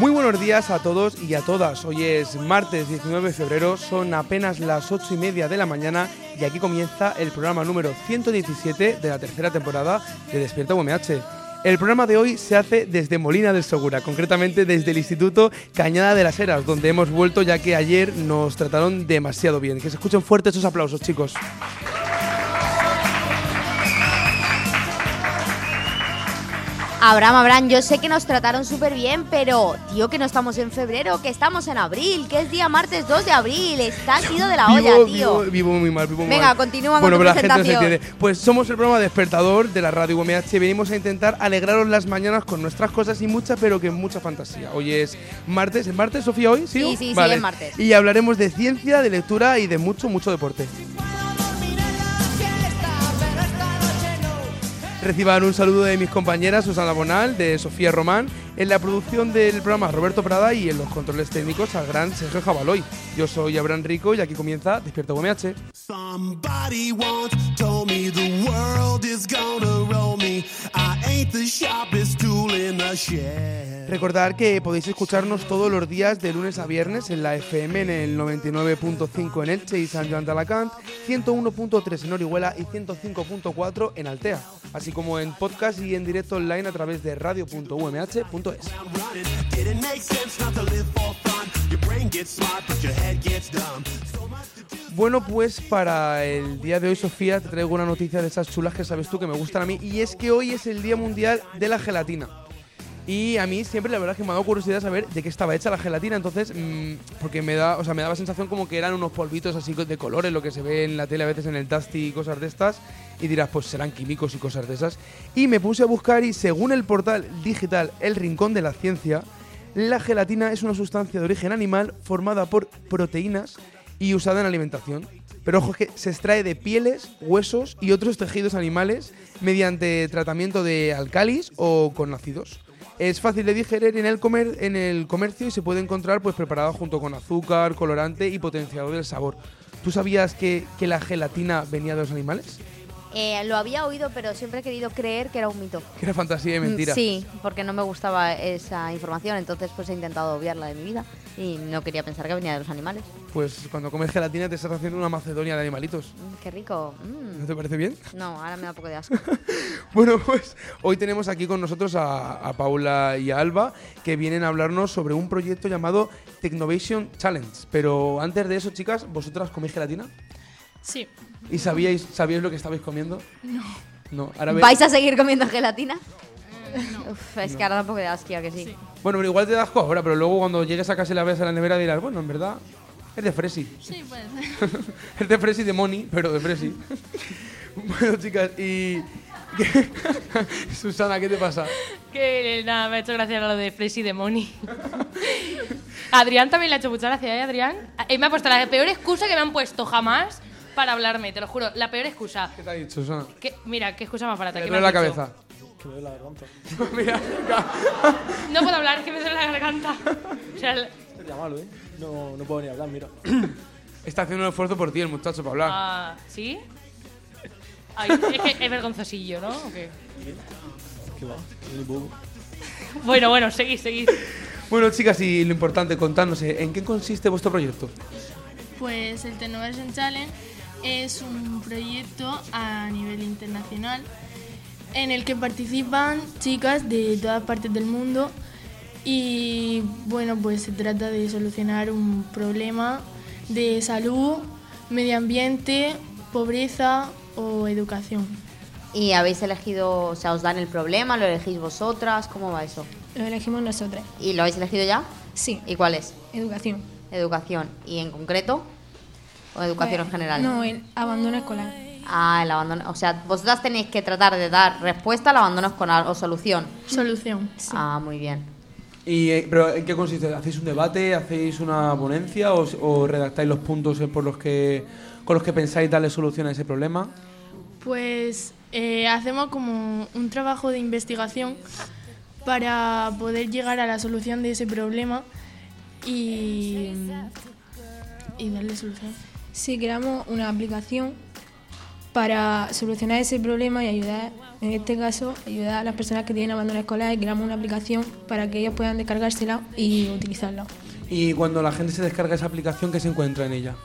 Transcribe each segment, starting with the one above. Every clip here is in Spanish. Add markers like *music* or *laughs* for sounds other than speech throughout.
Muy buenos días a todos y a todas. Hoy es martes 19 de febrero, son apenas las 8 y media de la mañana y aquí comienza el programa número 117 de la tercera temporada de Despierta UMH. El programa de hoy se hace desde Molina del Segura, concretamente desde el Instituto Cañada de las Heras, donde hemos vuelto ya que ayer nos trataron demasiado bien. Que se escuchen fuertes esos aplausos, chicos. Abraham, Abraham, yo sé que nos trataron súper bien, pero tío, que no estamos en febrero, que estamos en abril, que es día martes 2 de abril. Estás ido de la olla, vivo, tío. Vivo, vivo muy mal, vivo muy Venga, mal. continúa con bueno, tu pero la gente no se presentación. entiende. Pues somos el programa despertador de la radio UMH. Venimos a intentar alegraros las mañanas con nuestras cosas y mucha, pero que mucha fantasía. Hoy es martes. ¿Es martes, Sofía, hoy? Sí, Sí, sí, sí, Vale. es martes. Y hablaremos de ciencia, de lectura y de mucho, mucho deporte. Reciban un saludo de mis compañeras Susana Bonal, de Sofía Román, en la producción del programa Roberto Prada y en los controles técnicos al gran Sergio Jabaloy. Yo soy Abraham Rico y aquí comienza Despierta UMH. Somebody once told me the world is gonna roll me. I ain't the sharpest tool in the shed. Recordar que podéis escucharnos todos los días de lunes a viernes en la FM en el 99.5 en Elche y San Joan de Alacant, 101.3 en Orihuela y 105.4 en Altea, así como en podcast y en directo online a través de radio.umh.es. I'm running. Didn't make sense not to live for fun. Your brain gets smart, but your head gets dumb. So much to do. Bueno, pues para el día de hoy, Sofía, te traigo una noticia de esas chulas que sabes tú que me gustan a mí, y es que hoy es el Día Mundial de la Gelatina. Y a mí siempre la verdad es que me ha dado curiosidad saber de qué estaba hecha la gelatina, entonces, mm, porque me da, o sea, me daba sensación como que eran unos polvitos así de colores, lo que se ve en la tele a veces en el Dusty y cosas de estas, y dirás, pues serán químicos y cosas de esas. Y me puse a buscar y según el portal digital El Rincón de la Ciencia, la gelatina es una sustancia de origen animal formada por proteínas y usada en alimentación. Pero ojo, es que se extrae de pieles, huesos y otros tejidos animales mediante tratamiento de alcalis o con ácidos. Es fácil de digerir en el, comer, en el comercio y se puede encontrar pues preparado junto con azúcar, colorante y potenciador del sabor. ¿Tú sabías que, que la gelatina venía de los animales? *laughs* Eh, lo había oído, pero siempre he querido creer que era un mito. Que era fantasía y mentira. Mm, Sí, porque no me gustaba esa información, entonces pues he intentado obviarla de mi vida y no quería pensar que venía de los animales. Pues cuando comes gelatina te estás haciendo una macedonia de animalitos. Mm, qué rico. mm. ¿No te parece bien? No, ahora me da un poco de asco. Bueno, pues hoy tenemos aquí con nosotros a, a Paula y a Alba, que vienen a hablarnos sobre un proyecto llamado Technovation Challenge. Pero antes de eso, chicas, ¿vosotras coméis gelatina? Sí. ¿Y sabíais, sabíais lo que estabais comiendo? No. No, ahora ve- ¿Vais a seguir comiendo gelatina? Uf, es que ahora da un poco de asco, que sí. Bueno, pero igual te das asco ahora, pero luego cuando llegues a casa y la ves a la nevera dirás, bueno, en verdad, es de Fresi. Sí, puede ser. *laughs* es de Fresi de Moni, pero de Fresi. *laughs* bueno, chicas, y... *laughs* Susana, ¿qué te pasa? Que nada, me ha hecho gracia lo de Fresi de Moni. *laughs* Adrián también le ha hecho mucha gracia, ¿eh, Adrián? Él me ha puesto la peor excusa que me han puesto jamás para hablarme, te lo juro. La peor excusa. ¿Qué te ha dicho, Susana? Que, mira, qué excusa más barata. Te que duele me la has dicho. cabeza. *laughs* Que me duele la garganta. No puedo hablar, que me duele *laughs* la garganta. O sea, el- Sería malo, ¿eh? No, no puedo ni hablar, mira. Mira, está haciendo un esfuerzo por ti el muchacho para hablar. ah, ¿Sí? Ay, es que es vergonzosillo, ¿no? ¿O qué? ¿Qué va? Ni puedo. Bueno, bueno, seguid, seguid. Bueno, chicas, y lo importante, contadnos, ¿eh? ¿en qué consiste vuestro proyecto? Pues el Technoversion Challenge es un proyecto a nivel internacional en el que participan chicas de todas partes del mundo y bueno, pues se trata de solucionar un problema de salud, medio ambiente, pobreza o educación. ¿Y habéis elegido, o sea, os dan el problema, lo elegís vosotras? ¿Cómo va eso? Lo elegimos nosotras. ¿Y lo habéis elegido ya? Sí, ¿Y cuál es? educación. Educación. ¿Y en concreto? ¿O educación Pues, en general? No, en abandono escolar. Ah, el abandono. O sea, vosotras tenéis que tratar de dar respuesta al abandono con algo, solución. Solución. Ah, muy bien. ¿Y, eh, ¿Pero en qué consiste? ¿Hacéis un debate? ¿Hacéis una ponencia? ¿O, o redactáis los puntos eh, por los que, con los que pensáis darle solución a ese problema? Pues eh, hacemos como un trabajo de investigación para poder llegar a la solución de ese problema y, y darle solución. Sí, creamos una aplicación para solucionar ese problema y ayudar, en este caso, ayudar a las personas que tienen abandono escolar y creamos una aplicación para que ellos puedan descargársela y utilizarla. Y cuando la gente se descarga esa aplicación, ¿qué se encuentra en ella?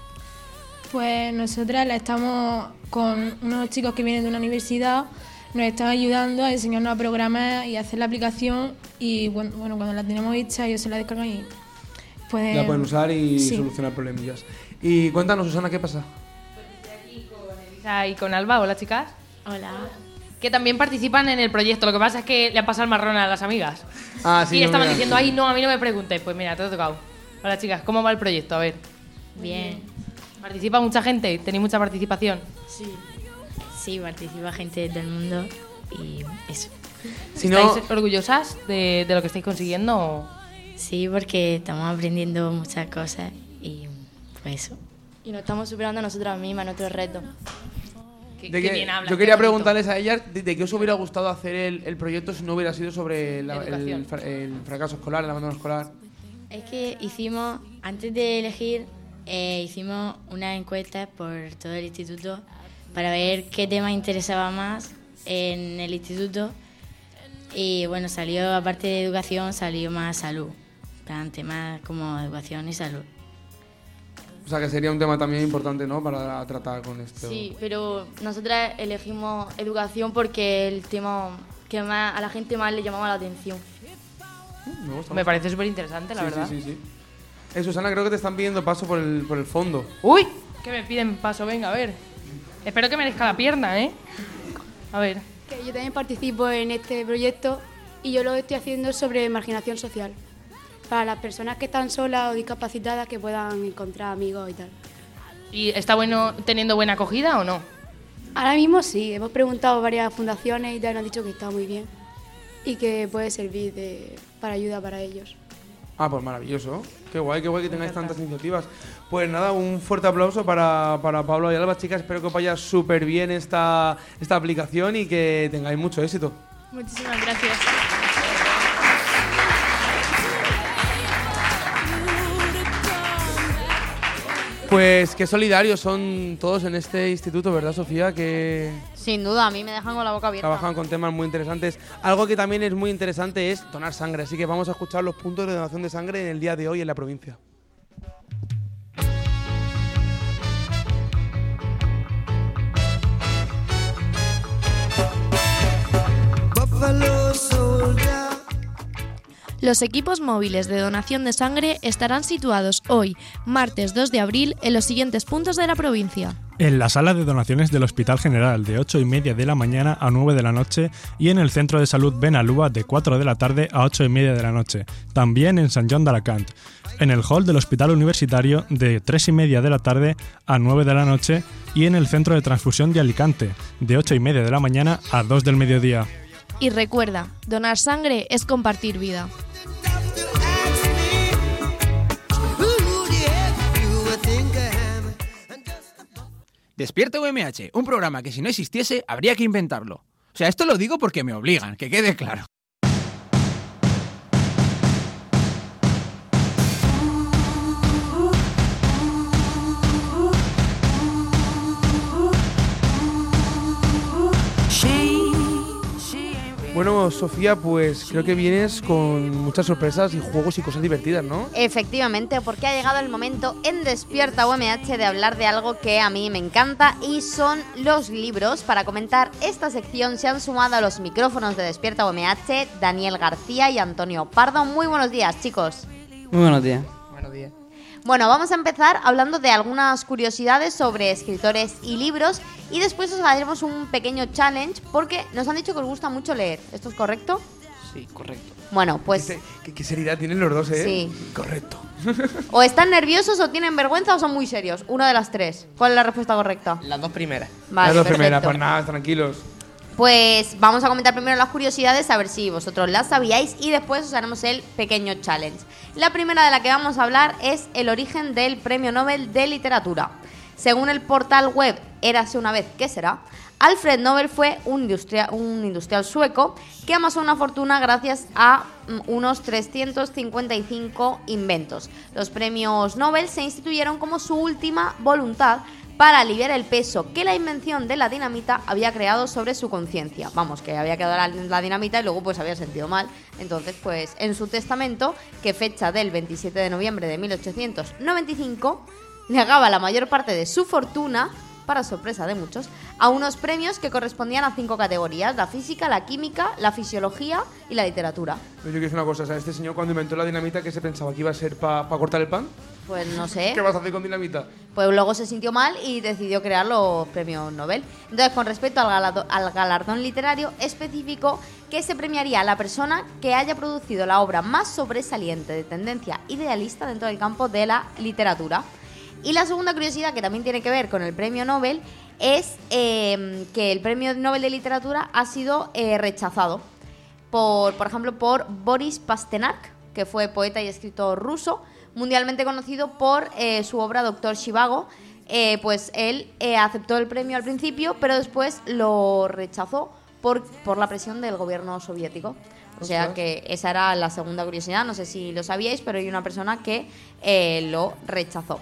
Pues nosotras la estamos con unos chicos que vienen de una universidad, nos están ayudando a enseñarnos a programar y a hacer la aplicación y bueno, bueno, cuando la tenemos hecha ellos se la descargan y pueden... Eh, La pueden usar y sí. solucionar problemillas. Y cuéntanos, Susana, ¿qué pasa? Elisa y con Alba, hola chicas. Hola. Que también participan en el proyecto. Lo que pasa es que le han pasado el marrón a las amigas. Ah, y le no, estaban mira. diciendo, ay, no, a mí no me preguntes. Pues mira, te ha tocado. Hola chicas, ¿cómo va el proyecto? A ver. Bien, ¿Participa mucha gente? ¿Tenéis mucha participación? Sí. sí, participa gente del mundo y eso. Si no, ¿Estáis orgullosas de, de lo que estáis consiguiendo? o- Sí, porque estamos aprendiendo muchas cosas y pues eso. Y nos estamos superando a nosotras mismas, nuestros retos. Qué- de qué que- bien hablas, yo qué quería bonito. preguntarles a ellas de, de qué os hubiera gustado hacer el, el proyecto si no hubiera sido sobre la- el, Educación. fra- el fracaso escolar, el abandono escolar. Es que hicimos, antes de elegir, eh, hicimos una encuesta por todo el instituto para ver qué tema interesaba más en el instituto. Y bueno, salió, aparte de educación, salió más salud. En plan, temas como educación y salud. O sea, que sería un tema también importante, ¿no? Para tratar con esto. Sí, pero nosotras elegimos educación porque el tema que más, a la gente más le llamaba la atención. Uh, me gusta Me mucho. parece súper interesante, la Sí, verdad. Sí, sí, sí. Eh, Susana, creo que te están pidiendo paso por el, por el fondo. ¡Uy! Que me piden paso, venga, a ver. Espero que merezca la pierna, ¿eh? A ver. Que yo también participo en este proyecto y yo lo estoy haciendo sobre marginación social. Para las personas que están solas o discapacitadas que puedan encontrar amigos y tal. ¿Y está bueno teniendo buena acogida o no? Ahora mismo sí, hemos preguntado a varias fundaciones y tal, nos han dicho que está muy bien y que puede servir de- para ayuda para ellos. Ah, pues maravilloso. Qué guay, qué guay que tengáis tantas iniciativas. Pues nada, un fuerte aplauso para, para Pablo y Alba, chicas. Espero que os vaya súper bien esta, esta aplicación y que tengáis mucho éxito. Muchísimas gracias. Pues qué solidarios son todos en este instituto, ¿verdad, Sofía? Que Sin duda, a mí me dejan con la boca abierta. trabajan con temas muy interesantes. Algo que también es muy interesante es donar sangre. Así que vamos a escuchar los puntos de donación de sangre en el día de hoy en la provincia. Buffalo soldier. Los equipos móviles de donación de sangre estarán situados hoy, martes 2 de abril, en los siguientes puntos de la provincia. En la sala de donaciones del Hospital General de 8 y media de la mañana a 9 de la noche y en el Centro de Salud Benalúa de 4 de la tarde a 8 y media de la noche, también en San John de Alacant, en el hall del Hospital Universitario de 3 y media de la tarde a 9 de la noche y en el Centro de Transfusión de Alicante de 8 y media de la mañana a 2 del mediodía. Y recuerda, donar sangre es compartir vida. Ooh, yeah, you would think I am. Despierta UMH, un programa que si no existiese habría que inventarlo. O sea, esto lo digo porque me obligan, que quede claro. Bueno, Sofía, pues creo que vienes con muchas sorpresas y juegos y cosas divertidas, ¿no? Efectivamente, porque ha llegado el momento en Despierta UMH de hablar de algo que a mí me encanta y son los libros. Para comentar esta sección se han sumado a los micrófonos de Despierta UMH Daniel García y Antonio Pardo. Muy buenos días, chicos. Muy buenos días. Bueno, vamos a empezar hablando de algunas curiosidades sobre escritores y libros y después os haremos un pequeño challenge porque nos han dicho que os gusta mucho leer. ¿Esto es correcto? Sí, correcto. Bueno, pues... Qué, qué- qué seriedad tienen los dos, ¿eh? Sí. Correcto. O están nerviosos o tienen vergüenza o son muy serios. Una de las tres. ¿Cuál es la respuesta correcta? Las dos primeras. Vale, Las dos perfecto. primeras, pues nada, tranquilos. Pues vamos a comentar primero las curiosidades, a ver si vosotros las sabíais y después os haremos el pequeño challenge. La primera de la que vamos a hablar es el origen del Premio Nobel de Literatura. Según el portal web Érase una vez que será, Alfred Nobel fue un, industria- un industrial sueco que amasó una fortuna gracias a mm, unos 355 inventos. Los premios Nobel se instituyeron como su última voluntad para aliviar el peso que la invención de la dinamita había creado sobre su conciencia. Vamos, que había quedado la, la dinamita y luego pues había sentido mal. Entonces, pues en su testamento, que fecha del 27 de noviembre de 1895, negaba la mayor parte de su fortuna, para sorpresa de muchos, a unos premios que correspondían a cinco categorías, la física, la química, la fisiología y la literatura. Pero yo quiero decir una cosa, o sea, este señor cuando inventó la dinamita, ¿qué se pensaba? ¿Que iba a ser para cortar el pan? Pues no sé. ¿Qué vas a hacer con dinamita? Pues luego se sintió mal y decidió crear los premios Nobel. Entonces, con respecto al, galado- al galardón literario específico, que se premiaría a la persona que haya producido la obra más sobresaliente de tendencia idealista dentro del campo de la literatura. Y la segunda curiosidad, que también tiene que ver con el premio Nobel, es eh, que el premio Nobel de Literatura ha sido eh, rechazado por, por ejemplo, por Boris Pasternak, que fue poeta y escritor ruso, mundialmente conocido por eh, su obra Doctor Shivago. Eh, pues él eh, aceptó el premio al principio, pero después lo rechazó por, por la presión del gobierno soviético. O sea Ostras. que esa era la segunda curiosidad, no sé si lo sabíais, pero hay una persona que eh, lo rechazó.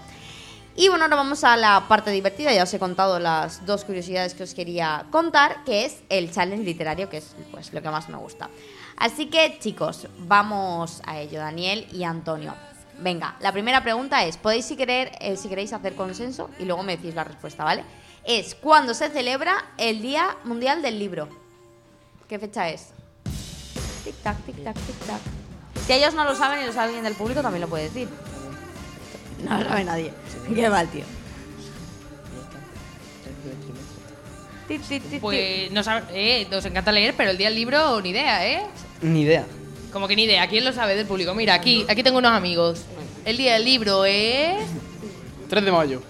Y bueno, ahora vamos a la parte divertida. Ya os he contado las dos curiosidades que os quería contar, que es el challenge literario, que es pues, lo que más me gusta. Así que, chicos, vamos a ello, Daniel y Antonio. Venga, la primera pregunta es, podéis si, querer, eh, si queréis hacer consenso y luego me decís la respuesta, ¿vale? Es, ¿cuándo se celebra el Día Mundial del Libro? ¿Qué fecha es? Tic-tac, tic-tac, tic-tac. Si ellos no lo saben y lo sabe alguien del público, también lo puede decir. No lo sabe nadie. Qué mal, tío. Pues no sabe, eh, nos encanta leer, pero el día del libro ni idea, ¿eh? Ni idea. Como que ni idea, ¿quién lo sabe del público? Mira, aquí, aquí tengo unos amigos. El día del libro es... 3 de mayo.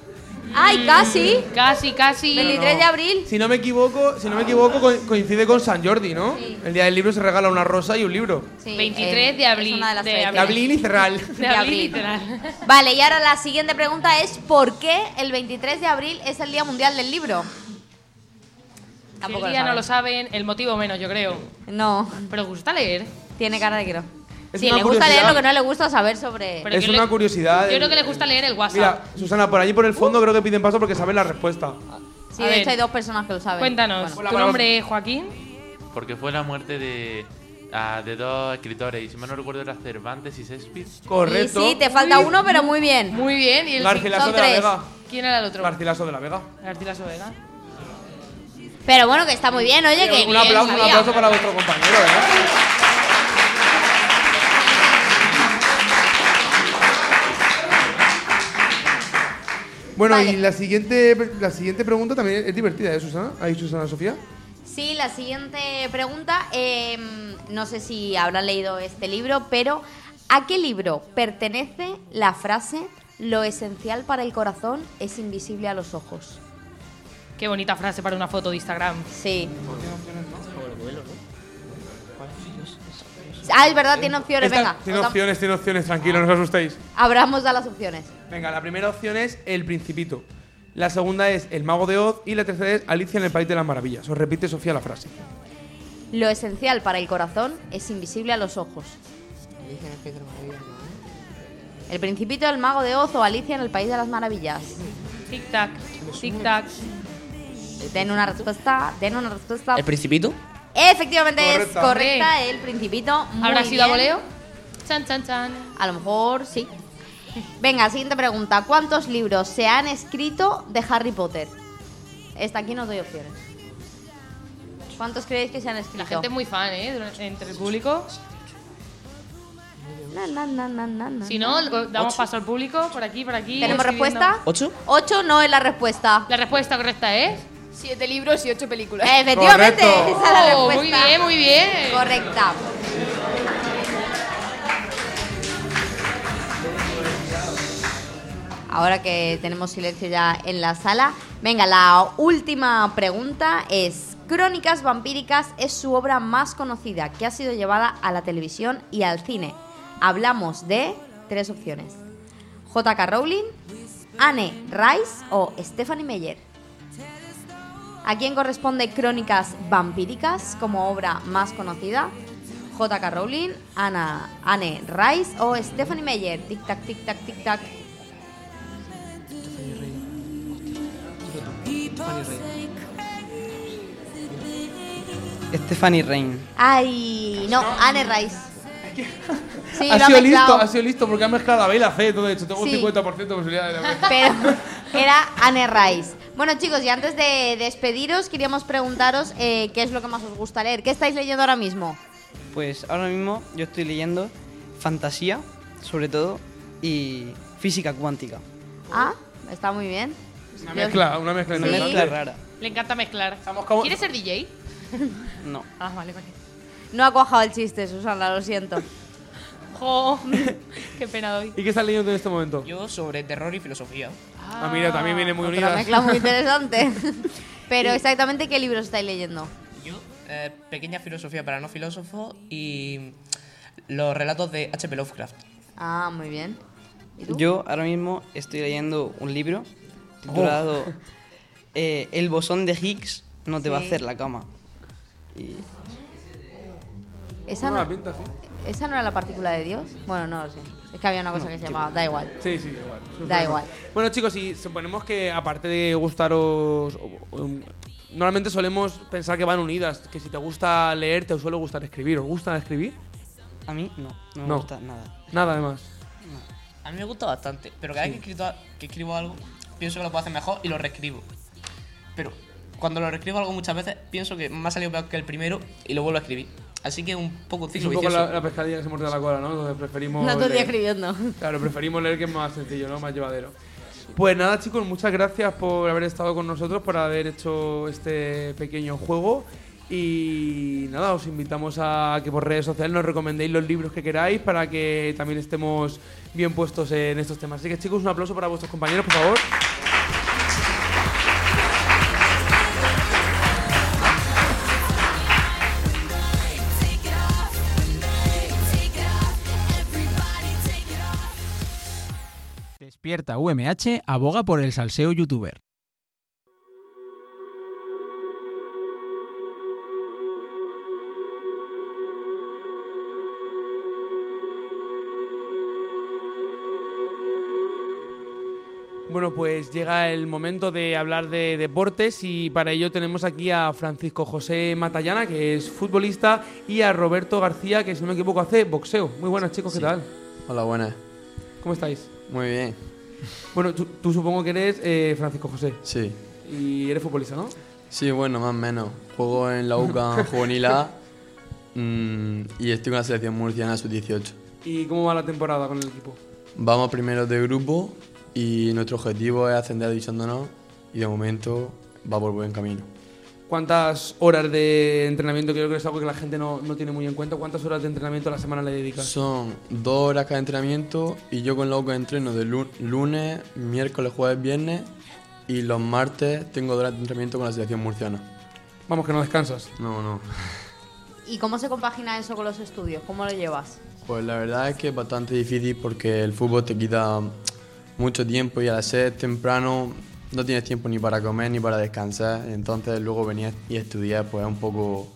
¡Ay, casi! Casi, casi. 23 de abril. Si no me equivoco, si no me equivoco co- coincide con San Jordi, ¿no? El día del libro se regala una rosa y un libro. 23 de abril. de De abril y cerral. De abril, literal. Vale, y ahora la siguiente pregunta es ¿por qué el 23 de abril es el Día Mundial del Libro? Si Tampoco el lo día no saben. lo saben, el motivo menos, yo creo. No. Pero gusta leer. Tiene cara de que no. Es Sí, una le gusta curiosidad. leer lo que no le gusta saber sobre... *laughs* es una curiosidad. Yo creo que le gusta leer el WhatsApp. Ah, Mira, Susana, por allí por el fondo creo que piden paso porque saben la respuesta. Sí, A de ver. hecho hay dos personas que lo saben. Cuéntanos, Bueno. ¿tu nombre es Joaquín? Porque fue la muerte de, ah, de dos escritores, y si mal no recuerdo era Cervantes y Shakespeare. Y sí, te falta uno, pero muy bien. Muy bien. Y el Garcilaso Son de la tres. Vega. ¿Quién era el otro? Garcilaso de la Vega. Garcilaso Vega. Pero bueno, que está muy bien, oye, que... Un aplauso, un sabía. aplauso para vuestro compañero, ¿eh? Bueno, y la siguiente, la siguiente pregunta también es divertida, ¿eh, Susana? ¿Ahí, Susana Sofía? Sí, la siguiente pregunta. eh, no sé si habrán leído este libro, pero ¿a qué libro pertenece la frase Lo esencial para el corazón es invisible a los ojos? Qué bonita frase para una foto de Instagram. Sí. Ah, es verdad, tiene opciones, Esta- venga. Tiene os dam- opciones, tiene opciones, tranquilo, no os asustéis. Abramos a las opciones. Venga, la primera opción es El Principito. La segunda es El Mago de Oz y la tercera es Alicia en el País de las Maravillas. Os repite, Sofía, la frase. Lo esencial para el corazón es invisible a los ojos. El principito del mago de Oz o Alicia en el País de las Maravillas. Tic tac, tic tac. Den una respuesta, den una respuesta. ¿El Principito? Efectivamente Correcta. es correcta, el principito. Muy ¿Habrá sido a bien. voleo? Chan, chan, chan. A lo mejor sí. Venga, siguiente pregunta. ¿Cuántos libros se han escrito de Harry Potter? Esta aquí no doy opciones. ¿Cuántos creéis que se han escrito? La gente es muy fan, ¿eh? Durante- Entre el público. Na, na, na, na, na, na, Si no, na. lo- damos paso al público, por aquí, por aquí. ¿Tenemos escribiendo. respuesta? ¿Ocho? Ocho no es la respuesta. La respuesta correcta ¿eh? es. Siete libros y ocho películas. Efectivamente, Correcto. esa es *laughs* la Oh, respuesta. muy bien, muy bien. Correcta. ahora que tenemos silencio ya en la sala. Venga, la última pregunta es, Crónicas Vampíricas es su obra más conocida, que ha sido llevada a la televisión y al cine. Hablamos de tres opciones. J.K. Rowling, Anne Rice o Stephanie Meyer. ¿A quién corresponde Crónicas Vampíricas como obra más conocida? J.K. Rowling, Ana, Anne Rice o Stephanie Meyer. Tic tac, tic tac, tic tac. Stephanie Rain. Ay, no, Anne Rice. Sí, ha lo ha sido listo, mezclado. ha sido listo porque ha mezclado la B y la C, todo hecho. Tengo un Sí. 50% de posibilidad de la B. Pero era Anne Rice. Bueno, chicos, y antes de despediros, queríamos preguntaros eh, qué es lo que más os gusta leer. ¿Qué estáis leyendo ahora mismo? Pues ahora mismo yo estoy leyendo fantasía, sobre todo, y física cuántica. Ah, está muy bien. Una mezcla, una mezcla Una interesante. mezcla rara. Le encanta mezclar. como- ¿Quieres ser DJ? *laughs* No. Ah, vale, vale. No ha cuajado el chiste, Susana, lo siento. Jo, *laughs* qué pena doy. ¿Y qué estás leyendo en este momento? Yo sobre terror y filosofía. Ah, mira, también viene muy Otra unida. mezcla muy interesante. Pero exactamente qué libros estáis leyendo. Eh, pequeña filosofía para no filósofos y los relatos de H.P. Lovecraft. Ah, muy bien. ¿Y tú? Yo ahora mismo estoy leyendo un libro titulado eh, El bosón de Higgs no te va a Sí. hacer la cama. Y ¿Esa Buena no, ¿Esa no era la partícula de Dios? Bueno, no lo sé. Es que había una cosa que se llamaba, da igual. Sí, sí, da igual. Da igual. Bueno, chicos, y suponemos que aparte de gustaros. um, Normalmente solemos pensar que van unidas, que si te gusta leer, te suele gustar escribir. ¿Os gusta escribir? a mí no, no me gusta nada. Nada, además. A mí me gusta bastante, pero cada Sí. vez que, escrito- que escribo algo, pienso que lo puedo hacer mejor y lo reescribo. Pero cuando lo reescribo algo muchas veces, pienso que me ha salido peor que el primero y lo vuelvo a escribir. Así que un poco Es ciclo un poco vicioso. la, la pescadilla que se muerde la cola, ¿no? Entonces preferimos. No todo el día leer. escribiendo. Claro, preferimos leer que es más sencillo, ¿no? Más llevadero. Pues nada, chicos, muchas gracias por haber estado con nosotros, por haber hecho este pequeño juego. Y nada, os invitamos a que por redes sociales nos recomendéis los libros que queráis para que también estemos bien puestos en estos temas. Así que, chicos, un aplauso para vuestros compañeros, por favor. Despierta UMH aboga por el salseo youtuber. Bueno, pues llega el momento de hablar de deportes y para ello tenemos aquí a Francisco José Matallana, que es futbolista, y a Roberto García, que si no me equivoco hace boxeo. Muy buenas chicos, ¿qué tal? Hola, buenas. ¿Cómo estáis? Muy bien. Bueno, tú, tú supongo que eres eh, Francisco José Sí. y eres futbolista, ¿no? Sí, bueno, más o menos. Juego en la UCA Juvenil A mm, y estoy con la selección murciana sub-18. ¿Y cómo va la temporada con el equipo? Vamos primero de grupo y nuestro objetivo es ascender a División de Honor y de momento va por buen camino. ¿Cuántas horas de entrenamiento? Creo que es algo que la gente no, no tiene muy en cuenta. ¿Cuántas horas de entrenamiento a la semana le dedicas? Son dos horas cada entrenamiento y yo con la UCA entreno de lu- lunes, miércoles, jueves, viernes y los martes tengo dos horas de entrenamiento con la selección murciana. Vamos, que no descansas. No, no. ¿Y cómo se compagina eso con los estudios? ¿Cómo lo llevas? Pues la verdad es que es bastante difícil porque el fútbol te quita mucho tiempo y a las 6 temprano no tienes tiempo ni para comer ni para descansar. Entonces luego venir y estudiar pues es un poco...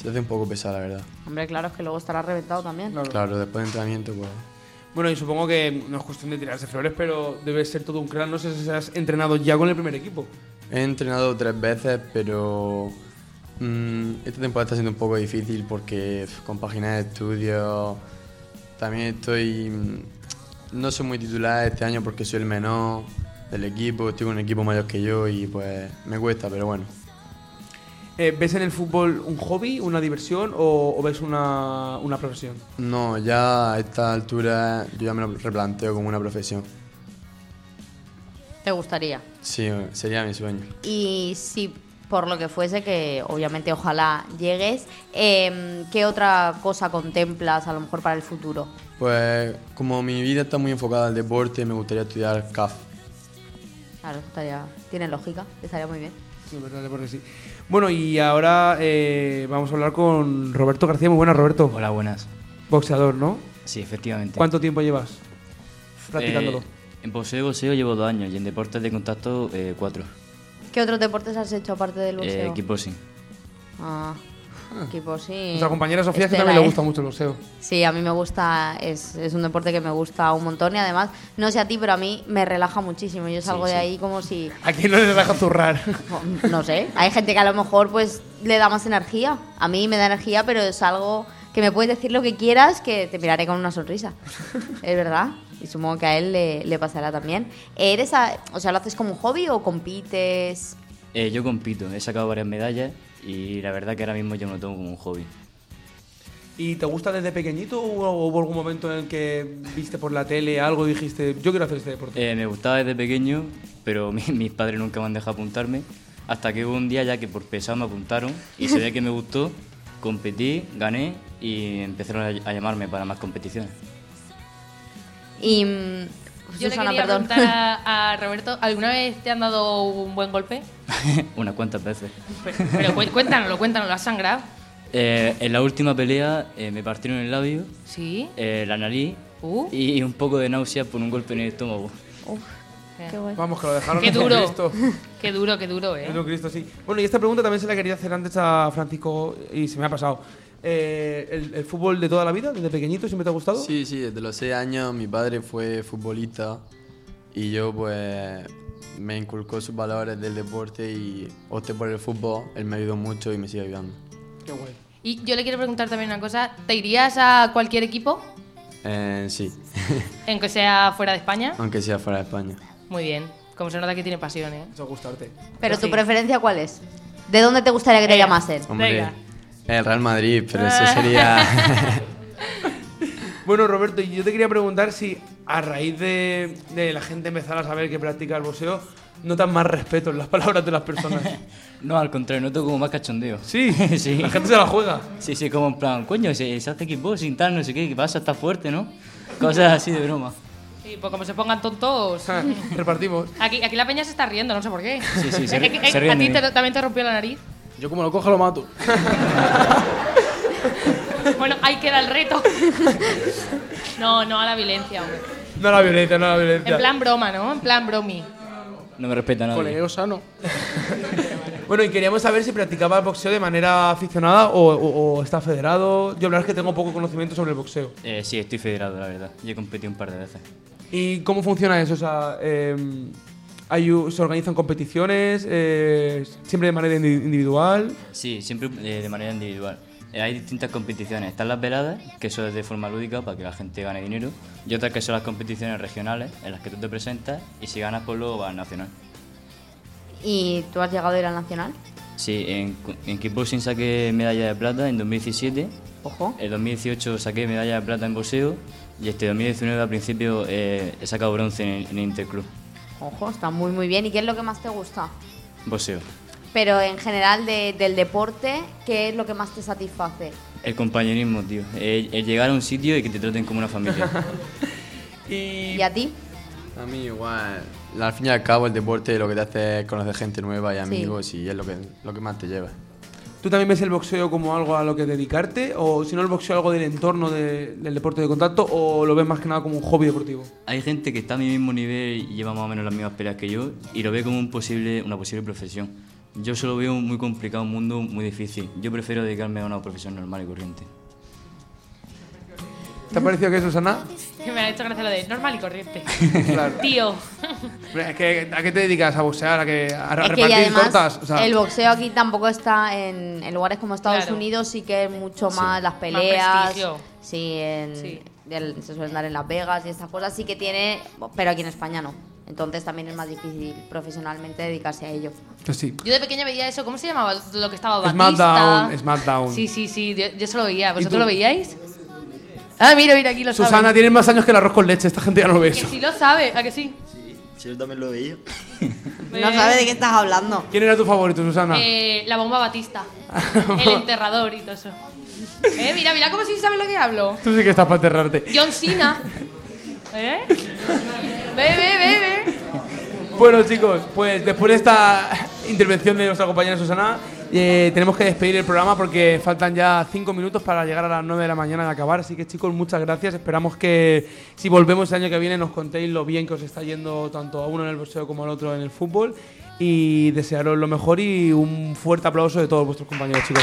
se hace un poco pesado la verdad. Hombre, claro, es que luego estará reventado también. Claro, después de entrenamiento pues... Bueno, y supongo que no es cuestión de tirarse flores, pero debe ser todo un crack. No sé si has entrenado ya con el primer equipo. He entrenado tres veces pero mm, esta temporada está siendo un poco difícil porque pf, compaginar estudios... También estoy... mm, No soy muy titular este año porque soy el menor del equipo, estoy con un equipo mayor que yo y pues me cuesta, pero bueno. Eh, ¿Ves en el fútbol un hobby, una diversión o, o ves una, una profesión? No, ya a esta altura yo ya me lo replanteo como una profesión. Te gustaría. Sí, sería mi sueño. Y si por lo que fuese, que obviamente ojalá llegues, eh, ¿qué otra cosa contemplas a lo mejor para el futuro? Pues como mi vida está muy enfocada al deporte, me gustaría estudiar CAF, Claro, estaría, tiene lógica, estaría muy bien. Sí, verdad, porque sí. Bueno, y ahora eh, vamos a hablar con Roberto García. Muy buenas, Roberto. Hola, buenas. Boxeador, ¿no? Sí, efectivamente. ¿Cuánto tiempo llevas practicándolo? Eh, en boxeo, boxeo llevo dos años y en deportes de contacto eh, cuatro. ¿Qué otros deportes has hecho aparte del boxeo? Eh, kickboxing. Ah, equipo sí. Nuestra compañera Sofía, que este Estela, también le ¿eh? gusta mucho el boxeo. Sí, a mí me gusta, es, es un deporte que me gusta un montón y además, no sé a ti, pero a mí me relaja muchísimo. Yo salgo de sí. ahí como si, ¿A quién no le deja zurrar? *laughs* no sé, hay gente que a lo mejor pues le da más energía. A mí me da energía, pero es algo que me puedes decir lo que quieras, que te miraré con una sonrisa. es verdad. Y supongo que a él le, le pasará también. ¿Eres, a- o sea, lo haces como un hobby o compites? Eh, yo compito, he sacado varias medallas y la verdad que ahora mismo yo me lo tomo como un hobby. ¿Y te gusta desde pequeñito o hubo algún momento en el que viste por la tele algo y dijiste, yo quiero hacer este deporte? Eh, me gustaba desde pequeño, pero *laughs* mi- mis padres nunca me han dejado apuntarme. Hasta que hubo un día ya que por pesado me apuntaron y se veía que me gustó, competí, gané y *laughs* empezaron a, a llamarme para más competiciones. Y... mm, Susana, Yo le quería perdón. preguntar *laughs* a, a Roberto, ¿alguna vez te han dado un buen golpe? Unas cuantas veces. Pero cu- cuéntanoslo, cuéntanoslo, ¿has sangrado? Eh, en la última pelea eh, me partieron el labio, Sí. eh, la nariz Uh. y un poco de náusea por un golpe en el estómago. Vamos, que lo dejaron Eh, Qué en un duro. *laughs* ¿Eh? Cristo. Qué duro, qué duro, ¿eh? En un Cristo, sí. Bueno, y esta pregunta también se la quería hacer antes a Francisco y se me ha pasado. Eh, ¿el, el fútbol de toda la vida, desde pequeñito, siempre te ha gustado? Sí, sí, desde los 6 años mi padre fue futbolista y yo pues me inculcó sus valores del deporte y opté por el fútbol, él me ayudó mucho y me sigue ayudando. Qué guay. Y yo le quiero preguntar también una cosa, ¿te irías a cualquier equipo, Eh, sí, aunque sea fuera de España? Ah. aunque sea fuera de España. Muy bien, como se nota que tiene pasión, ¿eh? Eso gustarte. ¿Pero tu preferencia cuál es? ¿De dónde te gustaría Eh, que te llamasen? Hombre, el Real Madrid, pero Ah. eso sería... Bueno, Roberto, y yo te quería preguntar si a raíz de, de la gente empezar a saber que practica el boxeo, notas más respeto en las *laughs* palabras de las personas. *laughs* No, al contrario, noto como más cachondeo. Sí, *laughs* sí. la gente se la juega. Sí, sí, como en plan, coño, se, se hace kickboxing, tal, no sé qué, que pasa, está fuerte, ¿no? Cosas así de broma. Sí, pues como se pongan tontos. Repartimos. Aquí, aquí la peña se está riendo, no sé por qué. Sí, sí, se Es ri- que- es se que a ríen de ti te- mí. también te rompió la nariz. Yo como lo coja lo mato. *laughs* Bueno, ahí queda el reto. *laughs* No, no a la violencia, hombre. No la violencia, no la violencia. En plan broma, ¿no? En plan bromi. No me respeta nadie. Colegio sano. *laughs* Bueno, y queríamos saber si practicaba el boxeo de manera aficionada o, o- o está federado. Yo la verdad es que tengo poco conocimiento sobre el boxeo. Eh, sí, estoy federado, la verdad. Yo he competido un par de veces. ¿Y cómo funciona eso? O sea, em, hay u- ¿se organizan competiciones? eh, ¿Siempre de manera indi- individual? Sí, siempre eh, de manera individual. Eh, hay distintas competiciones. Están las veladas, que eso es de forma lúdica para que la gente gane dinero. Y otras que son las competiciones regionales, en las que tú te presentas y si ganas, pues luego vas al nacional. ¿Y tú has llegado a ir al Nacional? Sí, en, cu- en kickboxing saqué medalla de plata en 2017. Ojo. En 2018 saqué medalla de plata en boxeo. Y este 2019 al principio eh, he sacado bronce en, en Interclub. Ojo, está muy muy bien. ¿Y qué es lo que más te gusta? Pues Boxeo. Pero en general de- del deporte, ¿qué es lo que más te satisface? El compañerismo, tío. El, el llegar a un sitio y que te traten como una familia. ¿Y a ti? *laughs* A mí igual. Al fin y al cabo el deporte lo que te hace es conocer gente nueva y amigos y es lo que, lo que más te lleva. ¿Tú también ves el boxeo como algo a lo que dedicarte? ¿O si no el boxeo algo del entorno de- del deporte de contacto? ¿O lo ves más que nada como un hobby deportivo? Hay gente que está a mi mismo nivel y lleva más o menos las mismas peleas que yo y lo ve como un posible, una posible profesión. Yo solo veo muy complicado, un mundo muy difícil. Yo prefiero dedicarme a una profesión normal y corriente. ¿Te ha parecido que Susana? Que me ha hecho gracia lo de normal *laughs* y corriente. Claro. Tío. Hombre, es que, ¿A qué te dedicas? ¿A boxear? ¿A, que, a Es que repartir y además tortas? O sea, el boxeo aquí tampoco está en, en lugares como Estados Claro. Unidos, sí que es mucho más las Más peleas. prestigio. sí, en- del- se suelen dar en Las Vegas y estas cosas, sí que tiene, pero aquí en España no. Entonces también es más difícil profesionalmente dedicarse a ello. pues sí. Yo de pequeña veía eso, ¿cómo se llamaba lo que estaba Batista? SmackDown, SmackDown. Sí, sí, sí, yo, yo solo veía. tú? ¿Vosotros lo veíais? Ah, mira, mira, aquí lo Susana, saben. tienes más años que el arroz con leche, esta gente ya no lo ve. Que sí lo sabe, ¿a que sí? Sí, yo también lo veía. No sabe de qué estás hablando. ¿Quién era tu favorito, Susana? Eh, la *laughs* bomba Batista. el enterrador y todo eso. Eh, mira, mira cómo sí sabe lo que hablo. Tú sí que estás para *laughs* enterrarte. John Cena. ¿Eh? Ve, ve, ve, ve. Bueno, chicos, pues después de esta *laughs* intervención de nuestra compañera Susana, eh, tenemos que despedir el programa porque faltan ya cinco minutos para llegar a las 9 de la mañana de acabar. Así que, chicos, muchas gracias. Esperamos que si volvemos el año que viene nos contéis lo bien que os está yendo tanto a uno en el boxeo como al otro en el fútbol. Y desearos lo mejor y un fuerte aplauso de todos vuestros compañeros, chicos.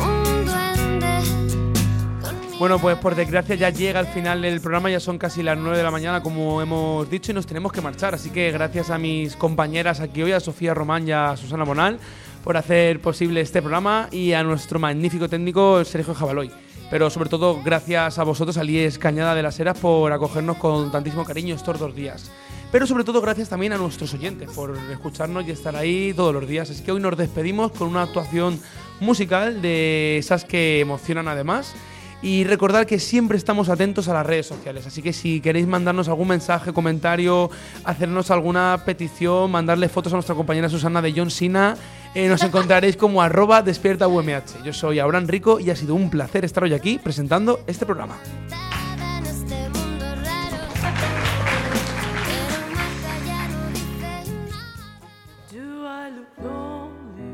Un duende. Bueno, pues por desgracia ya llega al final del programa, ya son casi las 9 de la mañana, como hemos dicho, y nos tenemos que marchar. Así que gracias a mis compañeras aquí hoy, a Sofía Román y a Susana Bonal, por hacer posible este programa y a nuestro magnífico técnico Sergio Jabaloy. Pero sobre todo, gracias a vosotros, Alies Cañada de las Heras, por acogernos con tantísimo cariño estos dos días. Pero sobre todo, gracias también a nuestros oyentes por escucharnos y estar ahí todos los días. Así que hoy nos despedimos con una actuación musical de esas que emocionan además. Y recordar que siempre estamos atentos a las redes sociales, así que si queréis mandarnos algún mensaje, comentario, hacernos alguna petición, mandarle fotos a nuestra compañera Susana de John Sina, eh, nos encontraréis como arroba despierta UMH. Yo soy Abraham Rico y ha sido un placer estar hoy aquí presentando este programa. Do I look lonely?